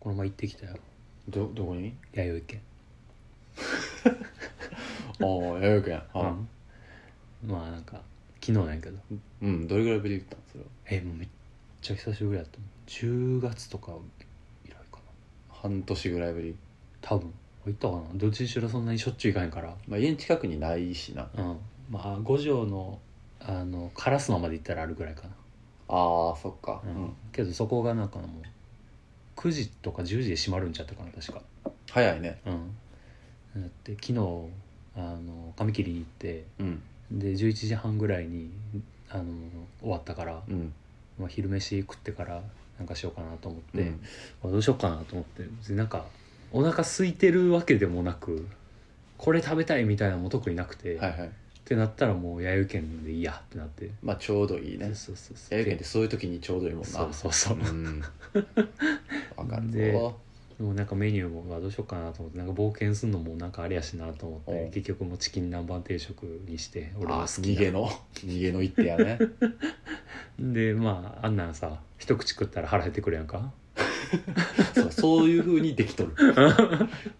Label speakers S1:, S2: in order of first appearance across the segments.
S1: この前行ってきたよ
S2: どどこに
S1: 弥生県
S2: ああ弥生県は
S1: うんまあなんか昨日なんやけど
S2: いうんどれぐらいぶりに行ったんそれは
S1: えもうめっちゃ久しぶりだった10月とか以来かな
S2: 半年ぐらいぶり
S1: 多分行ったかなどっちにしろそんなにしょっちゅう行かんから
S2: まあ家の近くにないしな
S1: うんまあ五条のあの烏野まで行ったらあるぐらいか
S2: あーそっか
S1: な、
S2: う
S1: うん
S2: ん
S1: けどそこがなんかもう9時とか10時で閉まるんちゃったかな確か
S2: 早いね
S1: うんだって昨日あの髪切りに行って
S2: うん
S1: で11時半ぐらいにあの終わったから、
S2: うん
S1: まあ、昼飯食ってからなんかしようかなと思って、
S2: で、
S1: まあどうしようかなと思って別になんかお腹空いてるわけでもなくこれ食べたいみたいなのも特になくて、
S2: はい
S1: っ
S2: はい
S1: てなったらもう弥生県でいいやってなって、
S2: まあちょうどいいね
S1: そうそうそう
S2: 弥生県ってそういう時にちょうどいいもんな
S1: そうそうそう、
S2: うん わかる
S1: で
S2: ぞ
S1: でもなんかメニューもまあどうしようかなと思ってなんか冒険するのもなんかあれやしなと思っ
S2: お
S1: て
S2: う
S1: 結局もうチキン南蛮定食にして俺
S2: あ
S1: は
S2: ー
S1: 好
S2: 逃
S1: き
S2: げ
S1: な
S2: の逃げの一手 やね
S1: でまああんなんさ一口食ったら腹減ってくるやんか
S2: そうそういうふうにでき とる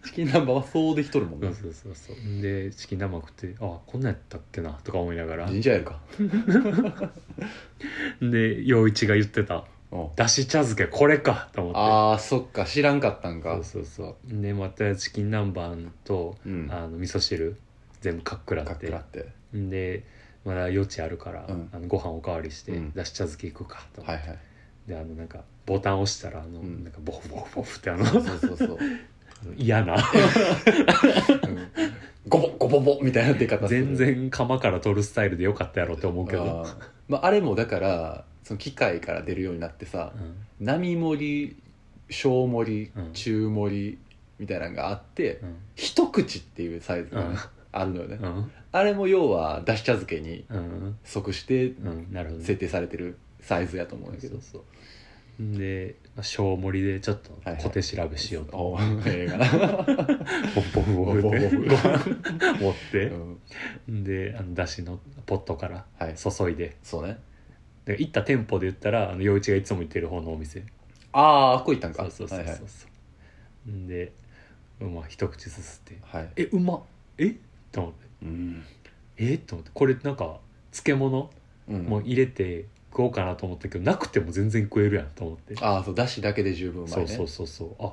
S2: チキン南蛮はそうできとるもん
S1: そ
S2: ね
S1: うそうそうそうでチキン南蛮食ってあこんなんやったっけなとか思いながら
S2: ジンジャーエールか
S1: で陽一が言ってた
S2: うん
S1: だし茶漬けこれかと思って
S2: あーそっか知らんかったんか
S1: そうそうそうでまたチキン南蛮と
S2: うん
S1: あの味噌汁全部かっくら
S2: か
S1: っ
S2: ってくらって
S1: でまだ余地あるから、
S2: うん
S1: あのご飯おかわりして、
S2: うん
S1: だし茶漬け行くかと思
S2: はい
S1: って、
S2: はい
S1: であのなんかボタン押したらあの、
S2: うん
S1: なんかボフボフボフってあの
S2: そうそうそうそう、
S1: 嫌 な
S2: うん、ゴボゴボボみたいな出方する
S1: 全然釜から取るスタイルでよかったやろって思うけど、
S2: あーまあ、あれもだからその機械から出るようになってさ
S1: うん
S2: 並盛り小盛り
S1: うん
S2: 中盛りみたいなのがあって、
S1: うん
S2: 一口っていうサイズがね、あるのよね、
S1: うん
S2: あれも要はだし茶漬けに
S1: うん
S2: 即して
S1: うんなるほどね
S2: 設定されてるサイズやと思うんだけ
S1: そ
S2: ど
S1: うそうで、まあ、小盛りでちょっと
S2: はいはい
S1: 小手調べしようと、
S2: おー映画な
S1: ボフボフボフって
S2: ボフボフ
S1: 持っ
S2: う
S1: て、
S2: ん
S1: であのだしのポットから
S2: はい
S1: 注いで
S2: そうね
S1: で行った店舗で言ったらあの陽一がいつも行ってる方のお店
S2: ああこういったん
S1: そ
S2: か
S1: うそうそうそう
S2: はいはい
S1: そう、で、まあ、一口すすって
S2: はい
S1: 「えうまっえと思って
S2: うん
S1: 「えと思ってこれなんか漬物
S2: うん
S1: も入れて食おうかなと思ったけど、なくても全然食えるやんと思って
S2: ああそうだしだけで十分うまい
S1: そ
S2: ね
S1: うそうそうそうあ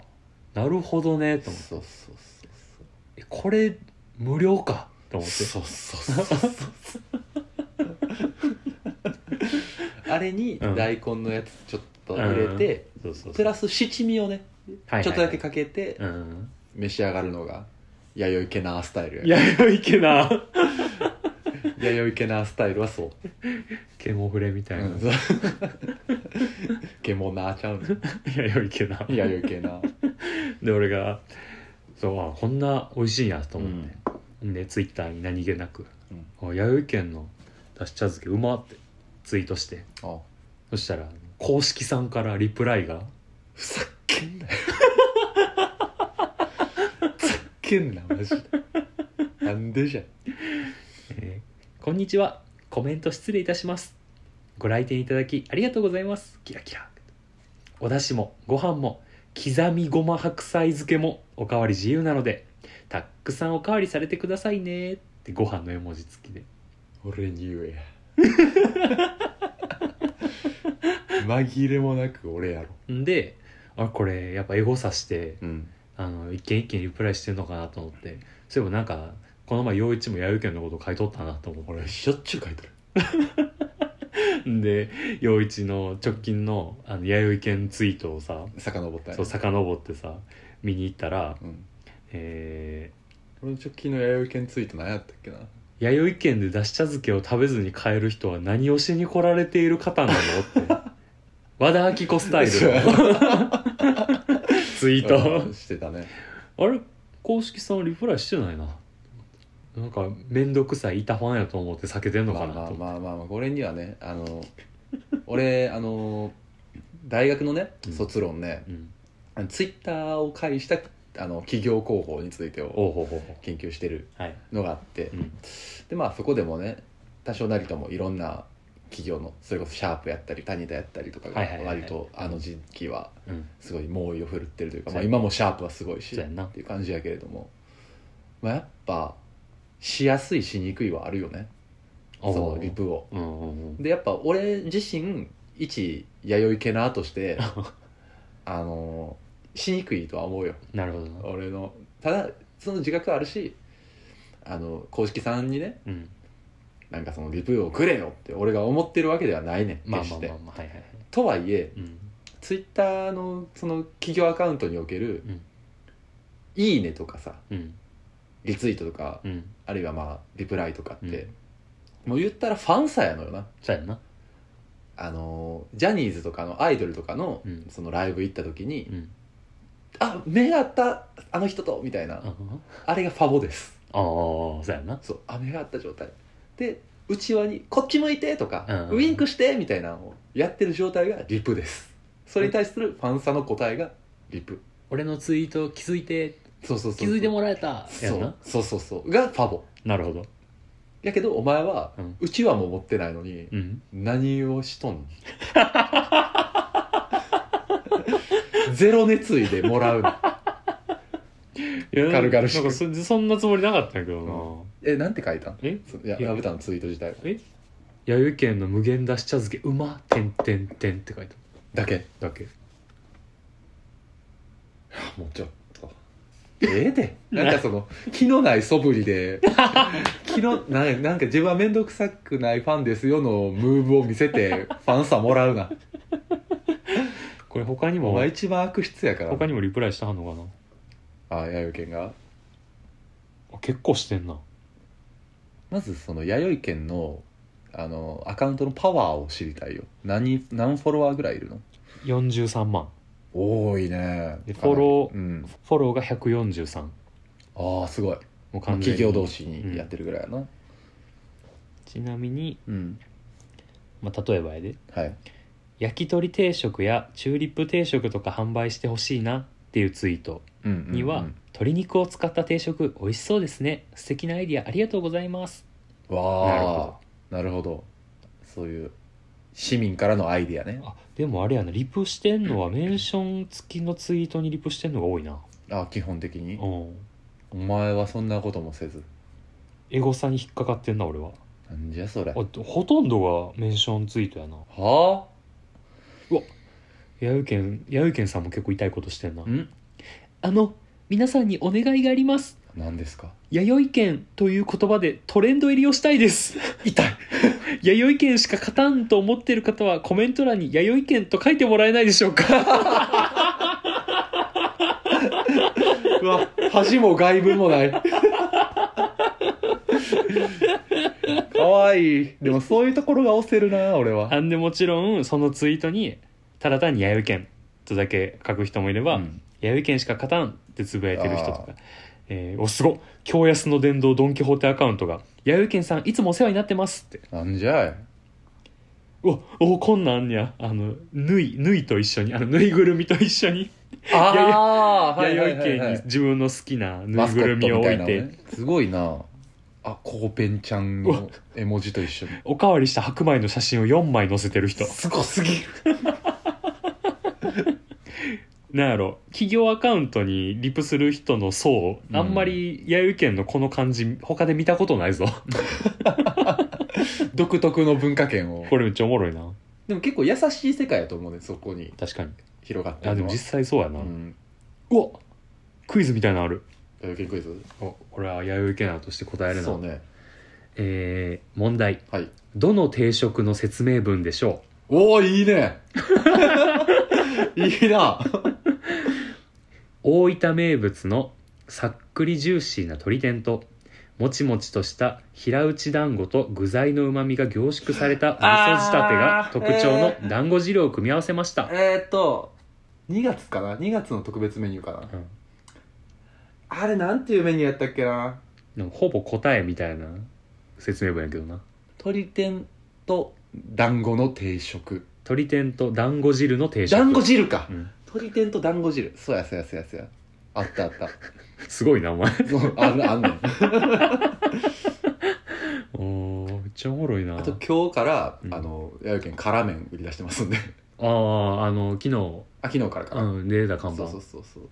S1: なるほどねと思って
S2: そうそうそう
S1: えこれ無料かと思って
S2: そうそうそうそうそうあれに
S1: うん
S2: 大根のやつちょっと入れて、
S1: そうそうそう
S2: プラス七味をね、
S1: はいはいはい
S2: ちょっとだけかけて
S1: うん
S2: 召し上がるのが弥生ケナースタイルや
S1: 弥生けな
S2: 弥生ケナースタイルはそう、
S1: ケモフレみたいな、
S2: うん、ケモナーちゃうの
S1: 弥生けな
S2: 弥生ケナー
S1: で俺がそうあこんな美味しいんやと思って、でツイッターに何気なく
S2: う
S1: 「
S2: ん
S1: あ弥生県のだし茶漬けうま」ってツイートして
S2: あ
S1: そしたら公式さんからリプライが
S2: ふざけんなよふざけんなマジでなんでじゃん
S1: えーこんにちは。コメント失礼いたします。ご来店いただきありがとうございます。キラキラ。お出汁もご飯も刻みごま白菜漬けもおかわり自由なので、たっくさんおかわりされてくださいね。ってご飯の絵文字付きで。
S2: 俺に言え紛れもなく俺やろ
S1: んで、あこれやっぱエゴさして、
S2: うん
S1: あの、一件一件リプライしてんのかなと思って、そういえばなんか、この前陽一も弥生県のことを書いとったなと思って
S2: 俺しょっちゅう書いてる
S1: で陽一の直近のあの弥生県ツイートをさ
S2: 遡ったんや
S1: そう遡ってさ見に行ったら、
S2: うん、
S1: え
S2: 俺の直近の弥生犬ツイート何やったっけな
S1: ー弥生県でだし茶漬けを食べずに帰る人は何をしに来られている方なの?」って 和田アキ子スタイルのツイー
S2: う
S1: ト
S2: んしてたね
S1: あれ公式さんリプライしてないななんか面倒くさい板ファンやと思って避けてんの
S2: ま
S1: か
S2: あ
S1: なと
S2: まあ
S1: 思って、
S2: まあまあ、まあ、これにはねあの俺あの大学のね
S1: うん
S2: 卒論ね、
S1: うん、
S2: あのツイッターを介したあの企業広報についてを
S1: おうほうほうほ
S2: 研究してる
S1: うはい、
S2: のがあって
S1: うん
S2: でまあそこでもね多少なりともいろんな企業のそれこそシャープやったりタニタやったりとかが
S1: はいはいはいはい
S2: 割とあの時期は
S1: うん
S2: すごい猛威を振るってるというか、まあ、
S1: そうや
S2: 今もシャープはすごいし
S1: そうやんな
S2: っていう感じやけれども、まあ、やっぱしやすいしにくいはあるよねそ
S1: お
S2: の
S1: ー
S2: リプを。
S1: うんうんうん
S2: でやっぱ俺自身一弥生ケナーとして あのしにくいとは思うよ
S1: なるほどな
S2: 俺のただその自覚はあるしあの公式さんにね
S1: うん
S2: なんかそのリプをくれよって俺が思ってるわけではないねん
S1: まあ
S2: 決
S1: まあ
S2: して、
S1: まあまあはいはいはい
S2: とはいえ
S1: うん
S2: ツイッターのその企業アカウントにおける
S1: うん
S2: 「いいね」とかさ
S1: うん
S2: リツイートとか
S1: うん
S2: あるいはまあリプライとかって
S1: うん、
S2: もう言ったらファンさやのよな
S1: そうやんな
S2: あのジャニーズとかのアイドルとかの
S1: うん
S2: そのライブ行った時に
S1: うん
S2: 「あ目が合ったあの人と」みたい
S1: ああ
S2: なあれがファボです
S1: そうやんな
S2: そうあ目が合った状態で内輪に「こっち向いて」とか
S1: うん
S2: 「ウィンクして」みたいなのをやってる状態がリプですそれに対するファンさの答えがリプ
S1: 俺のツイート気づいて
S2: そうそうそ
S1: 気
S2: う
S1: づいてもらえたや
S2: そ
S1: ん
S2: う
S1: な
S2: そうそうそうがファボ
S1: なるほど
S2: やけどお前は
S1: うん
S2: うちわも持ってないのに
S1: うん
S2: 何を しとんのゼロ熱意でもらうの
S1: いや
S2: 軽々し
S1: な
S2: く
S1: んかそそんなつもりなかったんやけどな、
S2: うえなんて書いたん
S1: え
S2: そいやラブタのツイート自体
S1: 弥生県の無限だし茶漬けうまてんてんてんって書いて
S2: だけ
S1: あるだけ
S2: もうちょっとえ えでなんかその気のない素振りで 気のなんなんか自分は面倒くさくないファンですよのムーブを見せ てファンさもらうな
S1: これ他に
S2: お
S1: も
S2: 前一番悪質やから
S1: 他にもリプライしたはんのかな
S2: あ弥生県が
S1: あ結構してんな
S2: まずその弥生県のあのアカウントのパワーを知りたいよ何何フォロワーぐらいいるの
S1: 43万
S2: 多いね
S1: でフォロー
S2: うん、
S1: フォローが143も
S2: ああすごいう
S1: 完全に
S2: 企業同士にやってるぐらいやな
S1: ちなみに、
S2: うん、
S1: まあ、例えばやで
S2: はい
S1: 焼き鳥定食やチューリップ定食とか販売してほしいなっていうツイート
S2: うんうんうん
S1: には、鶏肉を使った定食美味しそうですね素敵なアイディアありがとうございますなる
S2: わ
S1: ほ
S2: あなるほどそういう市民からのアイディアね
S1: あでもあれやなリプしてんのはメンション付きのツイートにリプしてんのが多いな
S2: あ基本的に
S1: うん
S2: お前はそんなこともせず
S1: エゴサに引っかかってんな俺は
S2: なんじゃそれ
S1: あほとんどがメンションツイートやな
S2: は
S1: 弥生県弥生県さんも結構痛いことしてんな
S2: あん
S1: あの皆さんにお願いがあります
S2: 何ですか
S1: 弥生県という言葉でトレンド入りをしたいです痛 い弥生県しか勝たんと思ってる方はコメント欄に弥生県と書いてもらえないでしょうか
S2: うわ恥も外部もないかわいいでもそういうところが押せるな俺は
S1: あんでもちろんそのツイートにただ単に弥生県とだけ書く人もいれば、
S2: うん
S1: 弥生県しか勝たんってつぶやいてる人とか、えーおすごっ京安の殿堂ドン・キホーテアカウントが弥生県さんいつもお世話になってますって
S2: なんじゃい
S1: おおこんなんあんにゃあのぬいぬいと一緒にあのぬいぐるみと一緒に
S2: ああ
S1: 弥生県に自分の好きなぬいぐるみを置いて
S2: すごいなあコーペンちゃん
S1: うわ
S2: の絵文字と一緒に
S1: おかわりした白米の写真を4枚載せてる人
S2: すごすぎる
S1: なんやろ企業アカウントにリプする人の層
S2: うん
S1: あんまり弥生県のこの感じ他で見たことないぞ
S2: 独特の文化圏を
S1: これめっちゃおもろいな
S2: でも結構優しい世界やと思うねそこに
S1: 確かに
S2: 広がって
S1: あ
S2: る
S1: で
S2: の
S1: も
S2: は
S1: 実際そうやな、
S2: う
S1: うんわクイズみたいなのある
S2: えクイズ
S1: お俺は弥生県なとして答えるな
S2: そうね
S1: えー、問題
S2: はい
S1: どの定食の説明文でしょ
S2: おおいい ねいいな
S1: う大分名物のさっくりジューシーな鶏天ともちもちとした平打ち団子と具材のうまみが凝縮された味噌仕立てが特徴
S2: あーえ
S1: の団子汁を組み合わせました、
S2: えーっと2月かな2月の特別メニューかな
S1: うん
S2: あれなんていうメニューやったっけな
S1: でもほぼ答えみたいな説明文やけどな
S2: 鶏天と団子の定食
S1: 鶏天と団子汁の定食
S2: 団子汁か
S1: うん
S2: 鶏天と団子汁そうやそうやそうやそうやあったあった
S1: すごいなお前
S2: そうあんあんねん
S1: おーっちゃおもろいな
S2: あと今日から、
S1: うん
S2: あの弥生県辛麺売り出してますんで
S1: あああの昨日
S2: あ昨日からかな、
S1: うん出た看板
S2: そうそうそうそう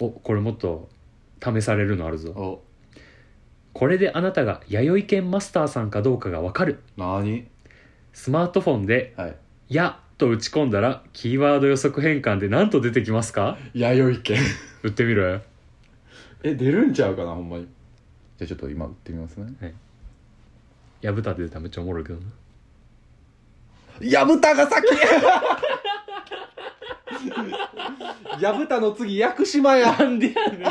S1: おこれもっと試されるのあるぞ
S2: お
S1: これであなたが弥生県マスターさんかどうかがわかる
S2: 何
S1: スマートフォンで
S2: はい
S1: 「や」と打ち込んだらキーワード予測変換で何と出てきますか
S2: 弥生県
S1: 打ってみろよ
S2: え出るんちゃうかなほんまにじゃあちょっと今売ってみますね
S1: やぶたで出たらめっちゃおもろいけどな
S2: やぶたが先やぶたの次屋久島や
S1: なんでやねん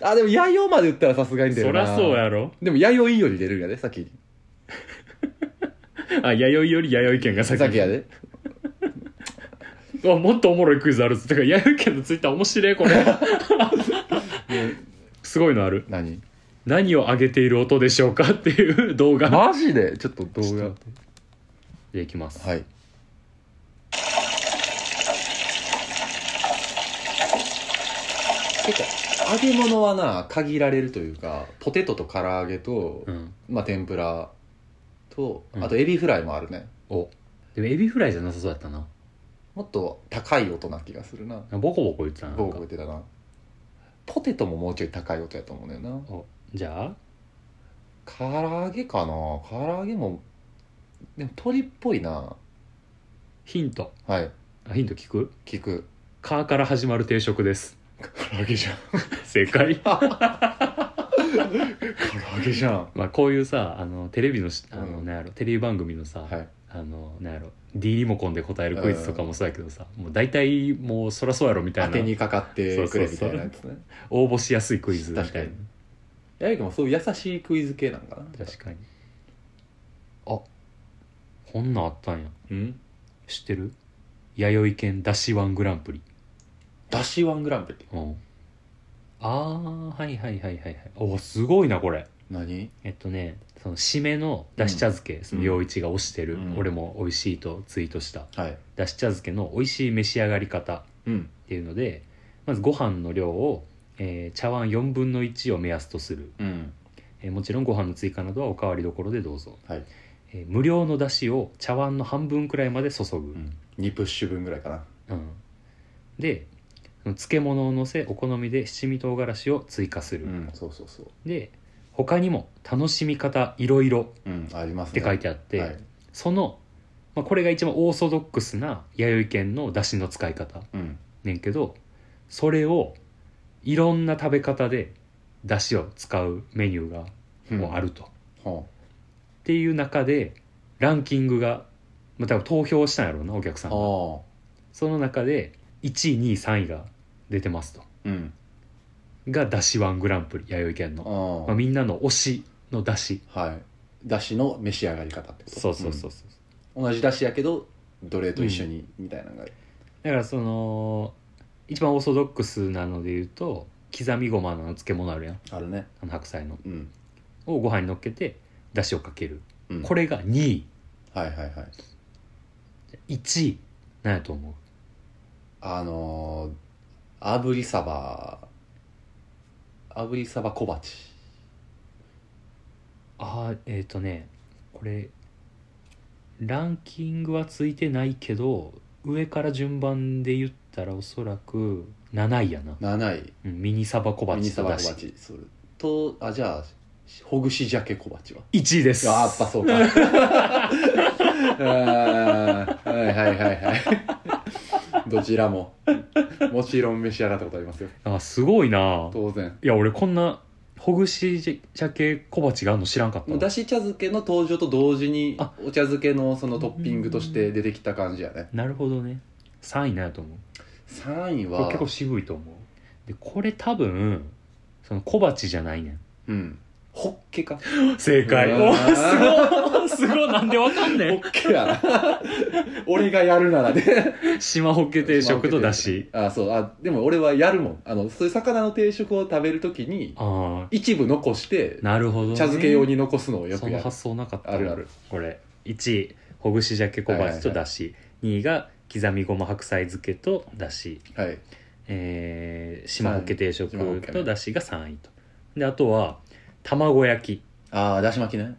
S2: あでも弥生まで売ったらさすがに出
S1: そ
S2: るな
S1: らそうやろ
S2: でも弥生より出るんやで先に
S1: あ弥生より弥生県が先
S2: 先やで
S1: あもっとおもろいクイズあるぞてか弥生県のツイッター面白いこ れすごいのある
S2: 何
S1: 何を上げている音でしょうかっていう動画
S2: マジでちょっと動
S1: ちょ
S2: 画
S1: っでいきます、
S2: はい結構揚げ物はな限られるというかポテトと唐揚げと、
S1: うん、
S2: まあ天ぷらと
S1: うん
S2: あとエビフライもあるね、
S1: おでもエビフライじゃなさそうやったな
S2: もっと高い音な気がするな
S1: ボコボコ言ってたななん
S2: 僕
S1: か
S2: 言ってたなポテトももうちょい高い音やと思うんだよな
S1: じゃあ
S2: 唐揚げかな唐揚げもでも鳥っぽいな
S1: ヒント
S2: はい
S1: あヒント聞く
S2: 聞く
S1: 「カーから始まる定食です
S2: 唐揚げじゃん
S1: 正解
S2: 唐揚げじゃん
S1: まあこういうさあのテレビのしあの、
S2: うん
S1: なんやろテレビ番組のさ、
S2: はい
S1: あのなんやろ D リモコンで答えるクイズとかもそうやけどさ、もう大体もうそらそうやろみた
S2: 当
S1: い
S2: て
S1: な
S2: にかかってくれみたいなやつね
S1: 応募しやすいクイズみたいな
S2: 確かにヤギ君もそういう優しいクイズ系なんかな
S1: 確かにあこんなんあったんや
S2: うん
S1: 知ってる弥生県だしワングランプリ
S2: ダッシュワングランプリ
S1: うんああはいはいはいはいはいおすごいなこれ
S2: 何
S1: えっとねその締めのだし茶漬け、その陽一が推してる、
S2: うん
S1: 俺も美味しいとツイートした
S2: はい
S1: だし茶漬けの美味しい召し上がり方
S2: うん
S1: っていうのでまずご飯の量を、えー茶碗4分の1を目安とする、
S2: うん
S1: えーもちろんご飯の追加などはおかわりどころでどうぞ、
S2: はい
S1: えー無料の出汁を茶碗の半分くらいまで注ぐ、
S2: 2プッシュ分ぐらいかな
S1: うんでその漬物をのせお好みで七味唐辛子を追加する、
S2: うんそうそうそう
S1: で他にも「楽しみ方いろいろ」
S2: うんあります
S1: っ
S2: ね
S1: て書いてあって、
S2: はい
S1: その、まあ、これが一番オーソドックスな弥生県の出汁の使い方
S2: うん
S1: ねんけどそれをいろんな食べ方で出汁を使うメニューがもうあると、っ
S2: ほ
S1: ていう中でランキングが、まあ、多分投票したんやろうなお客さ
S2: うん
S1: が
S2: あ
S1: その中で1位2位3位が出てますと
S2: あうん
S1: が出汁ワングランプリ弥生県の、
S2: あ
S1: まあ、みんなの推しの出汁
S2: あはいだしの召し上がり方ってこと
S1: そうそうそうそう、
S2: うん同じだしやけど奴隷と一緒にみたいなのが
S1: だからその一番オーソドックスなので言うと刻みごまの漬物あるやん
S2: あるね
S1: あの白菜の
S2: うん
S1: をご飯に乗っけて出汁をかける、
S2: うん
S1: これが2位
S2: はいはいはい
S1: 1位なんやと思う
S2: あのー、炙りサバ炙りサバ小鉢
S1: あーえっ、とねこれランキングはついてないけど上から順番で言ったらおそらく7位やな、
S2: 7位
S1: うん、ミニサバ小
S2: ミ
S1: 鉢
S2: ニサ
S1: と
S2: バ
S1: だ
S2: 小
S1: し
S2: 鉢それとあじゃあほぐし鮭小鉢は
S1: 1位で
S2: あ
S1: す
S2: やっぱ そうかあーはいはいはいはいどちらももちろん召し上がったことありますよ
S1: あすごいな
S2: 当然
S1: いや俺こんなほぐし鮭小鉢があるの知らんかった
S2: もう
S1: わ
S2: だし茶漬けの登場と同時に
S1: あ
S2: お茶漬けのそのトッピングとして出てきた感じやね
S1: なるほどね3位なんやと思う
S2: 3位
S1: これ
S2: は
S1: 結構渋いと思うでこれ多分その小鉢じゃないねん
S2: うんホッケか
S1: 正解
S2: うわ
S1: お
S2: ー
S1: ーすごいす ごいなんでわかんね
S2: ホ
S1: ん
S2: ッケやな俺がやるならね
S1: 島ホッケ定食とだし
S2: あそうあでも俺はやるもんあのそういう魚の定食を食べるときに
S1: あ
S2: 一部残して
S1: あなるほど、ね、
S2: 茶漬け用に残すのをよ
S1: そ
S2: く
S1: の
S2: やる
S1: 発想なかった
S2: あるある
S1: これ1位ほぐし鮭小鉢とだし、2位が刻みごま白菜漬けとだし、
S2: はい
S1: えー、島ホッケ定食
S2: 島ホッケね
S1: とだしが3位とであとは卵焼き
S2: ああだし巻きね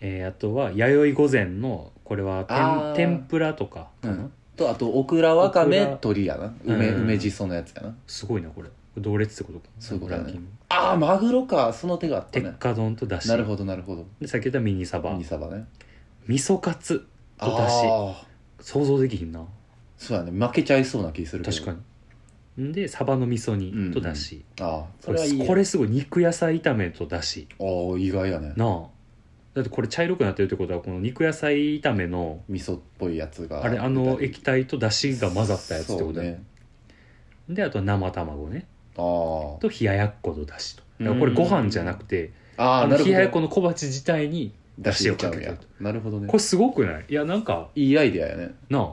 S1: えーあとは弥生御前のこれは
S2: あー
S1: 天天ぷらとかかな、
S2: うんとあとオクラわかめ
S1: オクラ
S2: 鶏やな梅,、
S1: うん
S2: 梅じそのやつやな
S1: すごいなこれこれ同列ってことか
S2: そういうことだね
S1: ランキング
S2: ああマグロかその手があった
S1: 鉄
S2: ね
S1: 火丼とだし
S2: なるほどなるほど
S1: でさっき言ったミニサバ
S2: ミニサバね
S1: 味噌カツとだし
S2: ああ
S1: 想像できひんな
S2: そうやね負けちゃいそうな気するけど
S1: 確かにんでサバの味噌
S2: うんうん
S1: 煮とだし、
S2: ああそ
S1: こ
S2: れはいい
S1: れ
S2: や
S1: これすごい肉野菜炒めとだし
S2: ああ意外やね
S1: なあだってこれ茶色くなってるってことはこの肉野菜炒めの
S2: 味噌っぽいやつが
S1: あれあの液体とだしが混ざったやつってことだよ、
S2: ね
S1: であとは生卵ね
S2: あ
S1: と冷ややっことだしと
S2: うん
S1: だからこれご飯じゃなくて
S2: ああ
S1: あ
S2: あ
S1: の
S2: なる
S1: 冷ややっ
S2: ほ
S1: こ
S2: ど
S1: の小鉢自体に
S2: だしをかけ
S1: 出汁を
S2: る
S1: かけ
S2: なるほどね
S1: これすごくないいやなんか
S2: いいアイデアやね
S1: な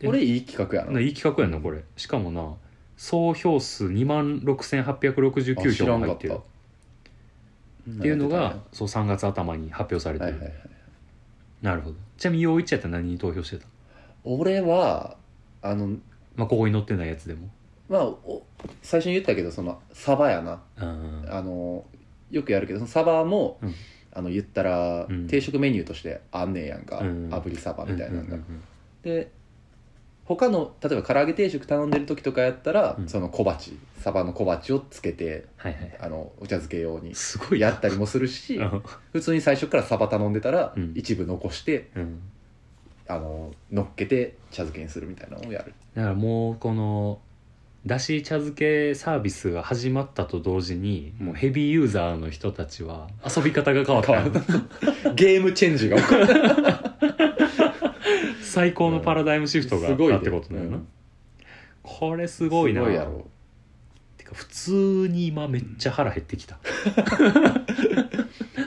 S1: え
S2: これいい企画や
S1: あ
S2: な
S1: ないい企画やんなこれしかもな総票数2万6869
S2: あ知
S1: 票
S2: ら
S1: も
S2: んか
S1: 入っ
S2: ってた
S1: るっていうのがそう3月頭に発表されて
S2: はい
S1: る、
S2: はいはい
S1: なるほどちなみに陽一やったら何に投票してた
S2: 俺はあの
S1: まあここに載ってないやつでも
S2: まあお最初に言ったけどそのサバやな
S1: うん
S2: あのよくやるけどそのサバも、
S1: うん
S2: あの言ったら
S1: うん
S2: 定食メニューとしてあんねんやんか、
S1: うん
S2: 炙りサバみたいな
S1: う
S2: のが、
S1: んうんうん
S2: で他の例えば唐揚げ定食頼んでる時とかやったら、
S1: うん
S2: その小鉢サバの小鉢をつけて
S1: はいはい
S2: あのお茶漬け用に
S1: すごい
S2: やったりもするし
S1: うん
S2: 普通に最初からサバ頼んでたら、
S1: うん
S2: 一部残して
S1: うん
S2: あの乗っけて茶漬けにするみたいなのを やる
S1: だからもうこのだし茶漬けサービスが始まったと同時にもうヘビーユーザーの人たちは遊び方が 変わった
S2: 変わゲームチェンジが起こ る
S1: 最高のパラダイムシフトがあったってことだよな、
S2: うん
S1: これすごいな
S2: すごいやろ
S1: てか普通に今めっちゃ腹減ってきた、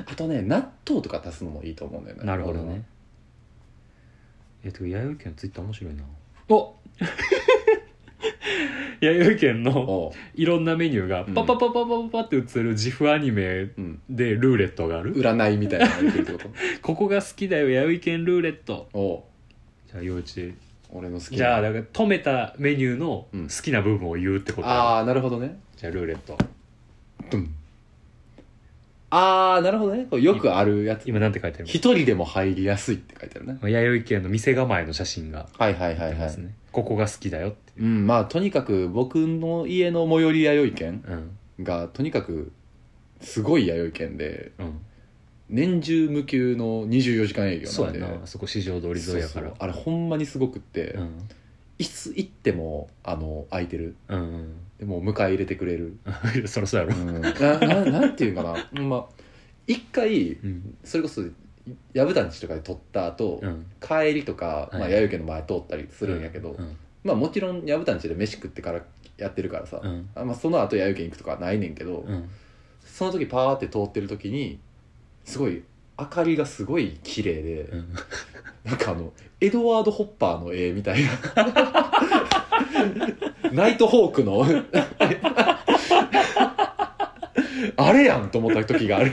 S2: あとね納豆とか足すのもいいと思うんだよね
S1: なるほどねえてか弥生県ツイッター面白いなお 弥生県の
S2: 俺はおう
S1: いろんなメニューが
S2: うん
S1: パパパパパパパって映る自負アニメ
S2: うん、
S1: でルーレットがある、
S2: 占いみたいなのやってるってこ
S1: ここが好きだよ弥生県ルーレット
S2: と おう
S1: じゃあ陽一
S2: 俺の好きな
S1: じゃあだから止めたメニューの
S2: うん
S1: 好きな部分を言うってことだよ、
S2: ああなるほどね
S1: じゃあルーレット
S2: ドゥンああなるほどねこうよくあるやつ
S1: 今なんて書いてある
S2: 一人でも入りやすいって書いてあるね
S1: 弥生県の店構えの写真が
S2: はいはいは
S1: 出
S2: いは
S1: ま
S2: い
S1: すね、ここが好きだよっていう、
S2: うんまあとにかく僕の家の最寄り弥生県
S1: うん
S2: がとにかくすごい弥生県で
S1: うん、
S2: 年中無休の24時間営業
S1: そうや
S2: なんで
S1: なあそこ市場通り沿いやから
S2: そうそうあれほんまにすごくって、
S1: うん
S2: いつ行ってもあの空いてる
S1: うん
S2: でもう迎え入れてくれる、
S1: うん そりゃそうやろ、
S2: うん、なななんていうんかなほんま一回
S1: うん
S2: それこそ薮谷地とかで撮った後、
S1: うん、
S2: 帰りとか、ま
S1: は
S2: あ、
S1: い
S2: 弥生家の前通ったりするんやけど、
S1: うん
S2: まあもちろん薮谷地で飯食ってからやってるからさ、
S1: うん
S2: あまあ、その後弥生家行くとかはないねんけど、
S1: うん
S2: その時パーって通ってる時にすごい明かりがすごい綺麗で、
S1: うん
S2: なんかあのエドワード・ホッパーの絵みたいなナイトホークのあれやんと思った時がある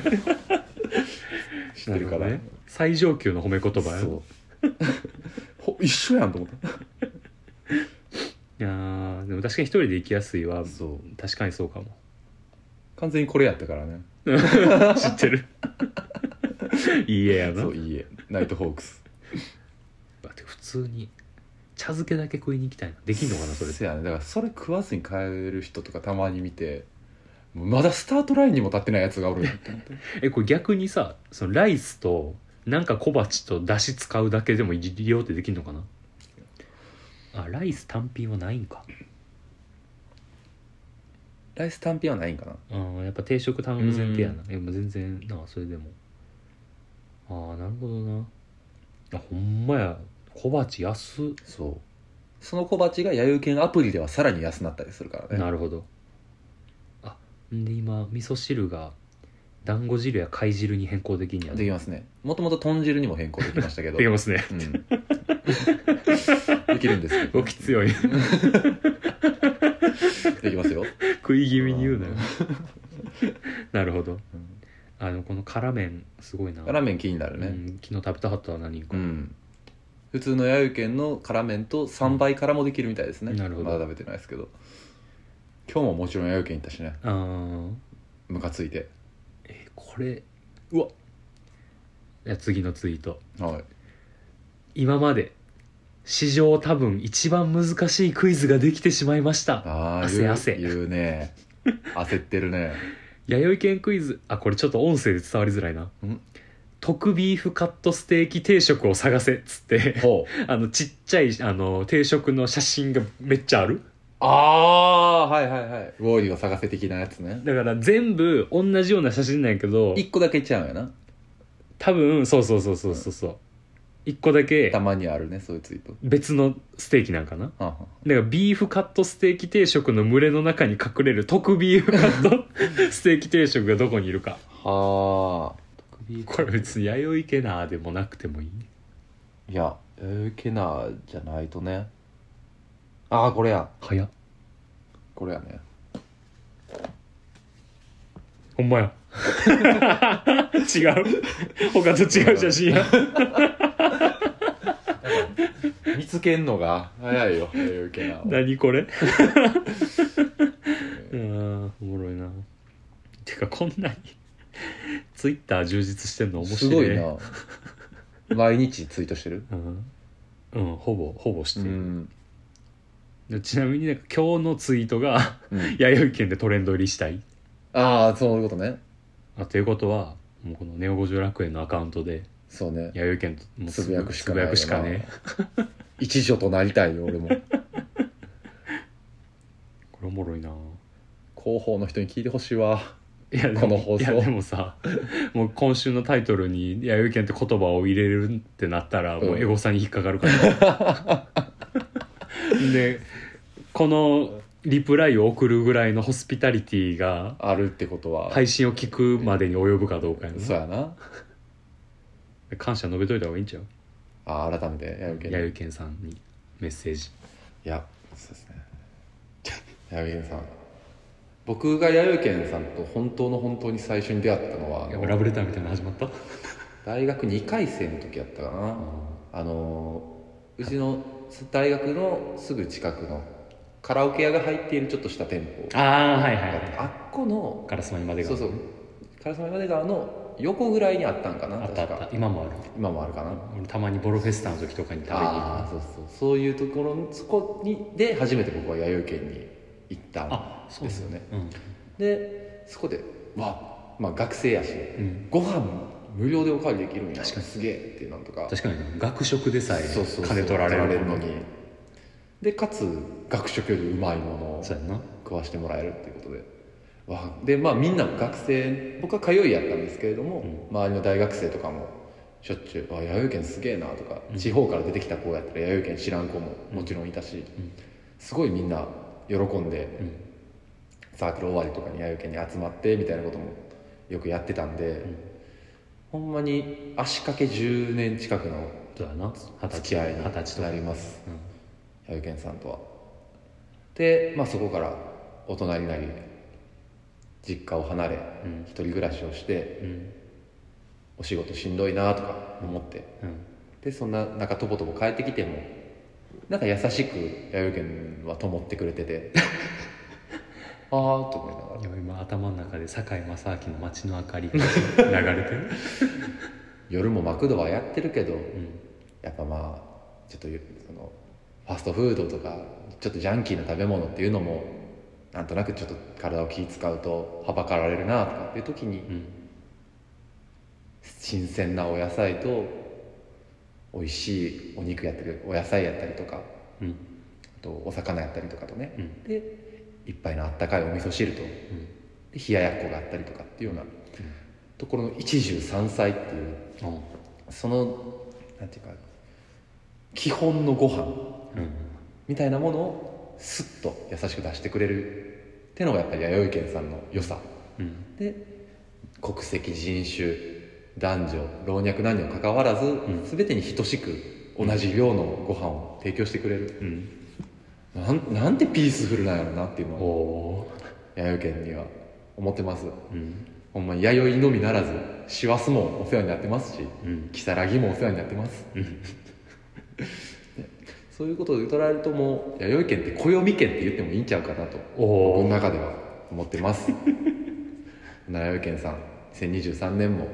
S2: 知ってるか
S1: なほ
S2: ら
S1: どね最上級の褒め言葉や
S2: そう ほ一緒やんと思った
S1: いやーでも確かに一人で行きやすいわ
S2: そう
S1: 確かにそう かも
S2: 完全にこれやったからね
S1: 知ってるいい家やな
S2: そういいえナイトホークス
S1: だって普通に茶漬けだけ食いに行きたいなできんのかなそれ
S2: せやねだからそれ食わずに帰る人とかたまに見てもうまだスタートラインにも立ってないやつがおるやんと思って
S1: えこれ逆にさそのライスとなんか小鉢とだし使うだけでも利用ってできんのかなあライス単品はないんか
S2: ライス単品はないんかな
S1: うんやっぱ定食単品前提やなでも全然なそれでもああなるほどなあほんまや小鉢安っ、
S2: そうその小鉢が弥生県アプリではさらに安なったりするからね
S1: なるほどあんで今味噌汁が団子汁や貝汁に変更できんや
S2: できますねもともと豚汁にも変更できましたけど
S1: できますね
S2: うん できるんですけど
S1: 動き強い
S2: できますよ、
S1: 食い気味に言うなよなるほど
S2: うん
S1: あのこの辛麺すごいな
S2: 辛麺気になる
S1: う
S2: ね
S1: ん、昨日食べたかったわ何か、
S2: うん、普通の弥生県の辛麺と3倍辛もできるみたいですね、
S1: うんなるほど
S2: まだ食べてないですけど今日ももちろん弥生県行ったしね
S1: あー
S2: ムカついて
S1: えこれ
S2: うわ
S1: じゃあ次のツイート
S2: はい
S1: 今まで史上多分一番難しいクイズができてしまいました
S2: ああ
S1: 汗汗
S2: 言う ね焦ってるね
S1: 弥生県クイズあこれちょっと音声で伝わりづらいなん特ビーフカットステーキ定食を探せっつって
S2: ほう
S1: あのちっちゃいあの定食の写真がめっちゃある
S2: あ あはいはいはいウォーリーを探せ的なやつね
S1: だから全部同じような写真なんやけど
S2: 一個だけいっちゃうんやな
S1: 多分そうそうそうそうそうそう一個だけ
S2: たまにあるねそういうツイート
S1: 別のステーキなんかな
S2: はあはあ
S1: だからビーフカットステーキ定食の群れの中に隠れる特ビーフカットステーキ定食がどこにいるか
S2: はあ
S1: これ別に弥生ケナーでもなくてもいいね
S2: いやえー、ケナーじゃないとねああこれや
S1: 早っ
S2: これやね
S1: ほんまや違う他と違う写真や
S2: 見つけんのが早いよえー、ケナ ーを
S1: 何これうんおもろいなてかこんなにツイッター充実してんの面
S2: す
S1: 白
S2: ご
S1: い
S2: い
S1: ね
S2: な毎日ツイートしてる
S1: うん、うん、ほぼほぼして
S2: う
S1: る、
S2: ん、
S1: でちなみになんか今日のツイートが
S2: うん、
S1: 弥生県でトレンド入りしたい
S2: ああそういうことね
S1: あということはもうこのネオ五十楽園のアカウントで
S2: そうね
S1: 弥生県ともう
S2: つぶやくしか
S1: つぶ
S2: な
S1: や
S2: いよ
S1: くしかね
S2: 一助となりたいよ俺も
S1: これおもろいな
S2: 広報の人に聞いてほしいわ
S1: いやでも
S2: この放送
S1: いやでもさもう今週のタイトルに弥生県って言葉を入れるってなったらもうエゴさに引っかかるから、 でこのリプライを送るぐらいのホスピタリティが
S2: あるってことは
S1: 配信を聞くまでに及ぶかどうかやな
S2: そうやな
S1: 感謝述べといた方がいいんちゃう
S2: あ改めてやるけど
S1: 弥生県さんにメッセージ
S2: いやそうですね 弥生さん僕が弥生県さんと本当の本当に最初に出会ったのは
S1: やっぱラブレターみたいなの始まった
S2: 大学2回生の時やったかなあのうちの大学のすぐ近くのカラオケ屋が入っているちょっとした店舗
S1: ああはいはい
S2: があってあっこの
S1: ガラスマにまでが
S2: そうそう烏丸まで川の横ぐらいにあったんかな
S1: あっ
S2: 確
S1: たあっ
S2: か
S1: た今もある
S2: 今もあるかな
S1: 俺たまにボロフェスタの時とかに食べに行
S2: ああそうそうそういうところそこにで初めて僕は弥生県に行った
S1: あそ
S2: ん
S1: う
S2: ですよね
S1: くうん
S2: でそこでわまあ学生やし、
S1: ん
S2: ご飯無料でおかわりできるんや
S1: 確かに
S2: すげえってなんとか
S1: 確かにね学食でさえ
S2: そうそうそう
S1: 金取られる
S2: のにでかつ学食よりうまいものを
S1: そうやんな
S2: 食わしてもらえるっていうことでわでまあみんな学生僕は通いやったんですけれども、周りの大学生とかもしょっちゅう「あ弥生県すげえな」とか、地方から出てきた子やったら弥生県知らん子ももちろんいたし、すごいみんな喜んで、サークル終わりとかに弥生県に集まってみたいなこともよくやってたんで、ほんまに足掛け10年近くの
S1: そうやな二十
S2: 付
S1: 歳
S2: き合い
S1: 二十歳
S2: に
S1: と
S2: な
S1: か
S2: ります
S1: うん
S2: 弥生県さんとはで、まあ、そこから大人になり実家を離れ、
S1: うん
S2: 一人暮らしをして
S1: うん
S2: お仕事しんどいなとか思って
S1: うん
S2: でそんななんかとぼとぼ帰ってきてもなんか優しく弥生県はともってくれて てああと思いながら
S1: いや今頭の中で堺正明の「街の明 かり」が流れてる
S2: 夜もマクドはやってるけど、
S1: うん
S2: やっぱまあちょっとゆそのファストフードとかちょっとジャンキーな食べ物っていうのもなんとなくちょっと体を気使うとはばかられるなとかっていう時に
S1: うん
S2: 新鮮なお野菜と美味しいお肉やったりお野菜やったりとかあ
S1: うん
S2: とお魚やったりとかとね、
S1: うん
S2: で一杯のあったかいお味噌汁とで
S1: うん
S2: 冷ややっこがあったりとかっていうようなところの一汁三菜っていう
S1: あ
S2: そのなんていうか基本のご飯
S1: うん
S2: みたいなものをスッと優しく出してくれるってのがやっぱり弥生県さんの良さ
S1: うん
S2: で国籍人種男女老若男女に関わらず、
S1: ん
S2: 全てに等しく同じ量のご飯を提供してくれる、
S1: うん
S2: なんなんてピースフルなんやろなっていうの
S1: お
S2: を
S1: お
S2: 弥生県には思ってます
S1: ーうん
S2: ほんまに弥生のみならず師走もお世話になってますし
S1: うん
S2: 如月もお世話になってます、そういうことで捉えるともう弥生県って暦県って言ってもいいんちゃうかなと
S1: お
S2: 僕の
S1: お
S2: 中では思ってます奈良県さん2023年も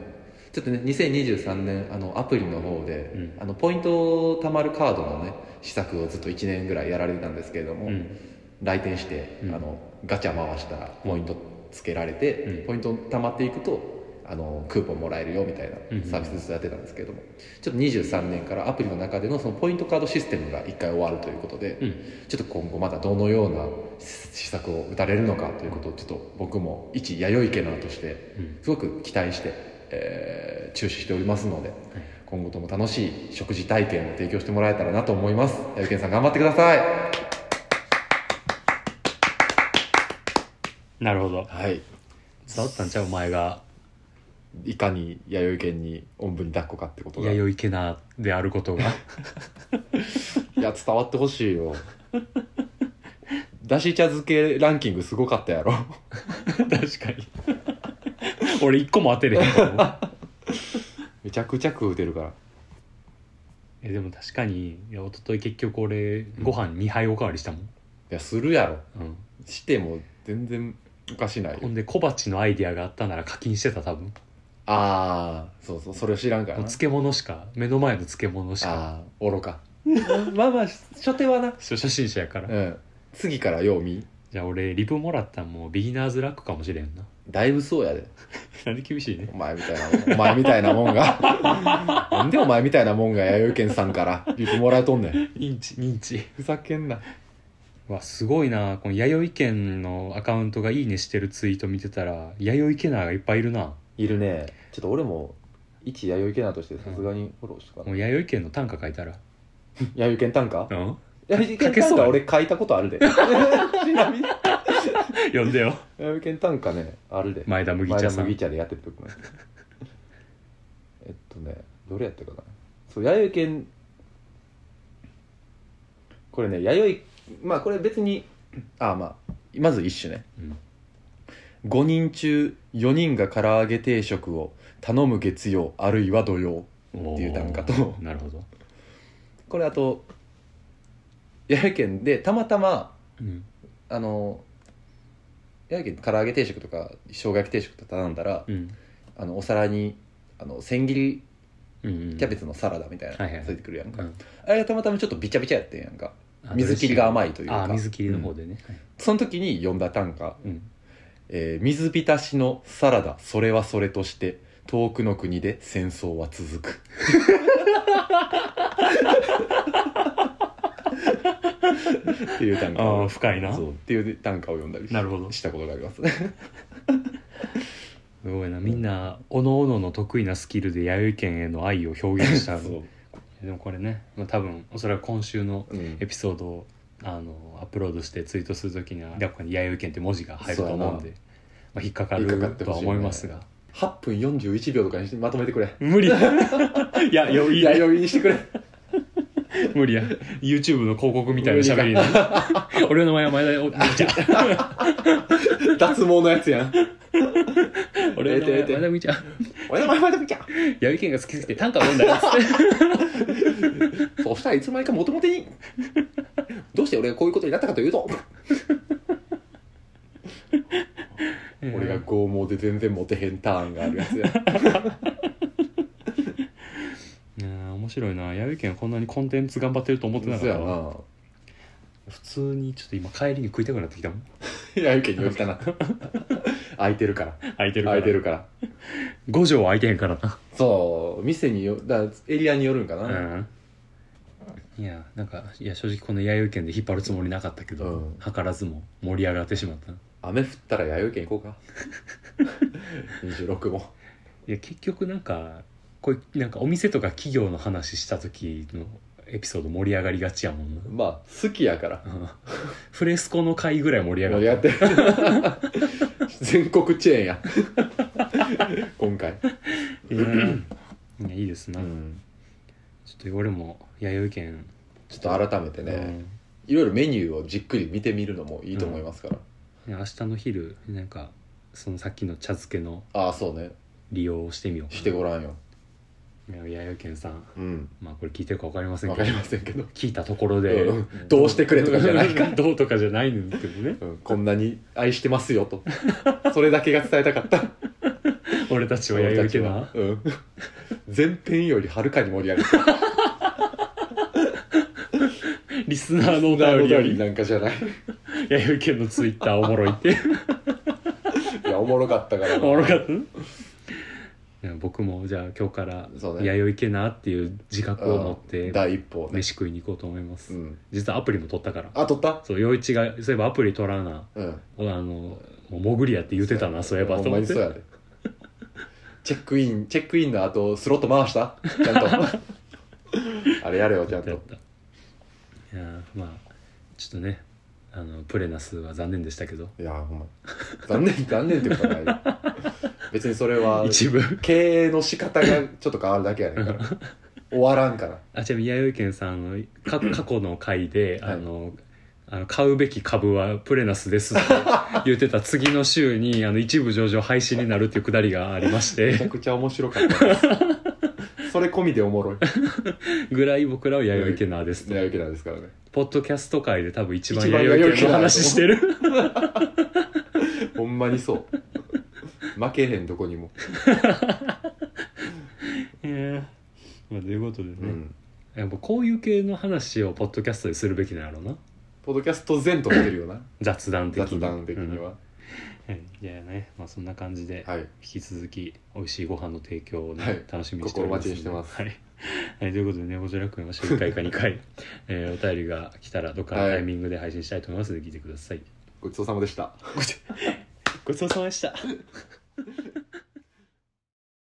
S2: ちょっとね2023年あのアプリの方で、
S1: うん
S2: あのポイント貯まるカードのね施策をずっと1年ぐらいやられてたんですけれども、
S1: うん
S2: 来店して、
S1: うん
S2: あのガチャ回したらポイントつけられて、
S1: うん
S2: ポイント貯まっていくとあのクーポンもらえるよみたい
S1: うんうん
S2: なサービスずっとやってたんですけども、ちょっと23年からアプリの中でのそのポイントカードシステムが1回終わるということで、
S1: うん
S2: ちょっと今後またどのような施策を打たれるのかということをちょっと僕も一弥生家なとして
S1: うん
S2: すごく期待して、えー注視しておりますので
S1: はい
S2: 今後とも楽しい食事体験を提供してもらえたらなと思います弥生家さん頑張ってください
S1: なるほど
S2: はい
S1: 伝わったんちゃうお前が
S2: いかに弥生犬におんぶに抱っこかってことがい
S1: 弥生けなであることが
S2: や伝わってほしいよ だし茶漬けランキングすごかったやろ
S1: 確かに 俺一個も当てれへんと思う
S2: めちゃくちゃ食うてるから
S1: えでも確かにいや一昨日結局俺
S2: ん
S1: ご飯2杯おかわりしたもん、
S2: いやするやろ
S1: うん、
S2: しても全然おかしない
S1: ほ
S2: よ
S1: んで小鉢のアイディアがあったなら課金してた多分も
S2: ああそうそうそれを知らんか
S1: う
S2: らな
S1: 漬物しか目の前の漬物しか
S2: ああ愚かまあまあ初手はな
S1: 初初心者やから、
S2: うん次からよう見
S1: じゃあ俺リプもらったんもうビギナーズラックかもしれんな
S2: だいぶそうやで
S1: なんで厳しいね
S2: お前みたいなお前みたいなも んがなんでお前みたいなもんが弥生犬さんからリプもらえとんねん
S1: 認知認知
S2: ふざけんな
S1: わすごいなこの弥生県のアカウントが「いいね」してるツイート見てたら弥生県がいっぱいいるない
S2: るねちょっと俺も一弥生県なとしてさすがにフォローしとか
S1: も
S2: な
S1: う弥生県の短歌書いたら
S2: 弥生犬短歌
S1: うん
S2: 弥生
S1: 書
S2: 犬
S1: け
S2: 短
S1: そう
S2: 歌俺書いたことあるで ちなみに
S1: 呼んでよ
S2: 弥生犬短歌ねあるで
S1: 前田麦
S2: 前
S1: 茶
S2: 田
S1: さん
S2: 麦茶でやってる時もやってるえっとねどれやったかなそう弥生犬これね弥生まあこれ別にあまあまず一種ね
S1: うん
S2: 5人中4人が唐揚げ定食を頼む月曜あるいは土曜っていう短歌と
S1: なるほど、
S2: これあと弥生県でたまたま
S1: うん、
S2: あのやけ唐揚げ定食とか生姜焼き定食とか頼んだら、
S1: うん
S2: あのお皿にあの千切り
S1: うんうん
S2: キャベツのサラダみたいな
S1: はいはい
S2: のついてくるやんか、
S1: うん
S2: あれがたまたまちょっとビチャビチャやってんやんか水切りが甘いというか
S1: あ水切りの方でね、
S2: その時に読んだ短歌
S1: うん
S2: 「えー水浸しのサラダそれはそれとして遠くの国で戦争は続く」っていう短歌
S1: あー深いな
S2: そうっていう短歌を読んだりし
S1: なるほどす
S2: したことがあります
S1: ごいなみんなおのおのの得意なスキルで弥生県への愛を表現した
S2: そう
S1: でもこれね、まあ、多分おそらく今週の
S2: うん
S1: エピソードをあのアップロードしてツイートするときにはここに弥生県って文字が入ると思うん
S2: そう
S1: で、まあ、引っかかる
S2: 引っかかって
S1: とは
S2: ほしいよね
S1: 思いますが、
S2: 8分41秒とかにしてまとめてくれ
S1: 無理い やよい
S2: いや余裕にしてくれ
S1: 無理や YouTube の広告みたいな喋りに 俺の名前は前田お麦茶
S2: 脱毛のやつやん
S1: 俺の名前は
S2: ええてえて
S1: 前田麦茶
S2: 俺の前まで見ちゃ
S1: 弥生県が好きすぎて短歌を読んだよつ って
S2: うそうしたらいつの間にか元々にどうして俺がこういうことになったかというと俺が剛毛で全然モテへんターンがあるやつや
S1: ねえ面白いな弥生県はこんなにコンテンツ頑張ってると思ってなか
S2: そう
S1: っ
S2: や
S1: たわ
S2: な
S1: 普通にちょっと今帰りに食いたくなってきたもん
S2: やゆけに寄ったな空いてるから
S1: 空いてるから
S2: 空いてるから
S1: 五条空いてへんからな
S2: そう店によだエリアによるんかな、
S1: うん、いやなんかいや正直この弥生県で引っ張るつもりなかったけど、
S2: うん
S1: 図らずも盛り上がってしまったい
S2: 雨降ったら弥生県行こ うか26も
S1: や結局なんかこういうなんかお店とか企業の話した時のエピソード盛り上がりがちやもんな、
S2: まあ好きやから
S1: うん フレスコの回ぐらい盛り上が
S2: 盛
S1: っ
S2: り
S1: た
S2: 上がってる全国チェーンや今回、
S1: いやいいです
S2: う
S1: な、
S2: ん、
S1: ちょっと俺も弥生県
S2: ちょっと改めてね、
S1: うん
S2: いろいろメニューをじっくり見てみるのもいいと思いますから、
S1: ね明日の昼なんかそのさっきの茶漬けの
S2: ああそうね
S1: 利用をしてみようかな
S2: してごらんよ
S1: いや弥生県さん
S2: うん
S1: まあこれ聞いてるか分かりません
S2: わ
S1: け
S2: か
S1: ど
S2: りませんけど、
S1: 聞いたところで、
S2: うんどうしてくれとかじゃないか、
S1: どうとかじゃないんですけどね
S2: うん、こんなに愛してますよとそれだけが伝えたかった
S1: 俺たちは弥
S2: 俺た
S1: 生
S2: ち
S1: 家
S2: は
S1: な
S2: うん前編よりはるかに盛り上がる
S1: リスナーのお 便りより
S2: なんかじゃない
S1: 弥生家のツイッターおもろいって
S2: いやおもろかったから
S1: おもろかったいや僕もじゃあ今日から
S2: そうだね
S1: 弥生家なっていう自覚を持って
S2: 第一歩をね
S1: 飯食いに行こうと思います、
S2: うん
S1: 実はアプリも取ったから
S2: あ取った
S1: そう陽一がそういえばアプリ取らな
S2: うん
S1: あのもう潜りやって言ってたなそういえば
S2: ほ
S1: と
S2: んま
S1: 思っ
S2: に
S1: て
S2: そうやでチェックインチェックインの後スロット回したちゃん とあれやれよちゃ
S1: や
S2: んと
S1: ったいやーまあちょっとねあのプレナスは残念でしたけど
S2: いやほんま残念残念ってことはないよ別にそれは
S1: 一部
S2: 経営の仕方がちょっと変わるだけやねんから終わらんから
S1: あちなみに弥生県さんの か過去の回で、
S2: はい
S1: あのあの買うべき株はプレナス ですって言ってた次の週にあの一部上場廃止になるっていうくだりがありまし
S2: めち ゃ
S1: て
S2: くちゃ面白かったですそれ込みでおもろい
S1: ぐらい僕らは弥生県なんですと
S2: やるけなんですからね
S1: ポッドキャスト界で多分一番
S2: 一番弥生
S1: 弥生県
S2: 県
S1: の
S2: だ
S1: 話してる
S2: ほんまにそう負けへんどこにも、
S1: ええまあ、ということでね、
S2: うん、
S1: やっぱこういう系の話をポッドキャストでするべきなんやろうな
S2: ポッドキャスト全としてるよな
S1: 雑談的に
S2: 雑談的に
S1: うん
S2: は、
S1: はいじゃあね、まあ、そんな感じで、
S2: はい
S1: 引き続き美味しいご飯の提供をね、
S2: はい
S1: 楽しみにしておりますんで
S2: 心待ちにして
S1: はい、はい、ということでねこちら君は週1回か2回、 えーお便りが来たらどっかのタイミングで配信したいと思いますので聞いてください、
S2: ごちそうさまでした
S1: ごちそうさまでした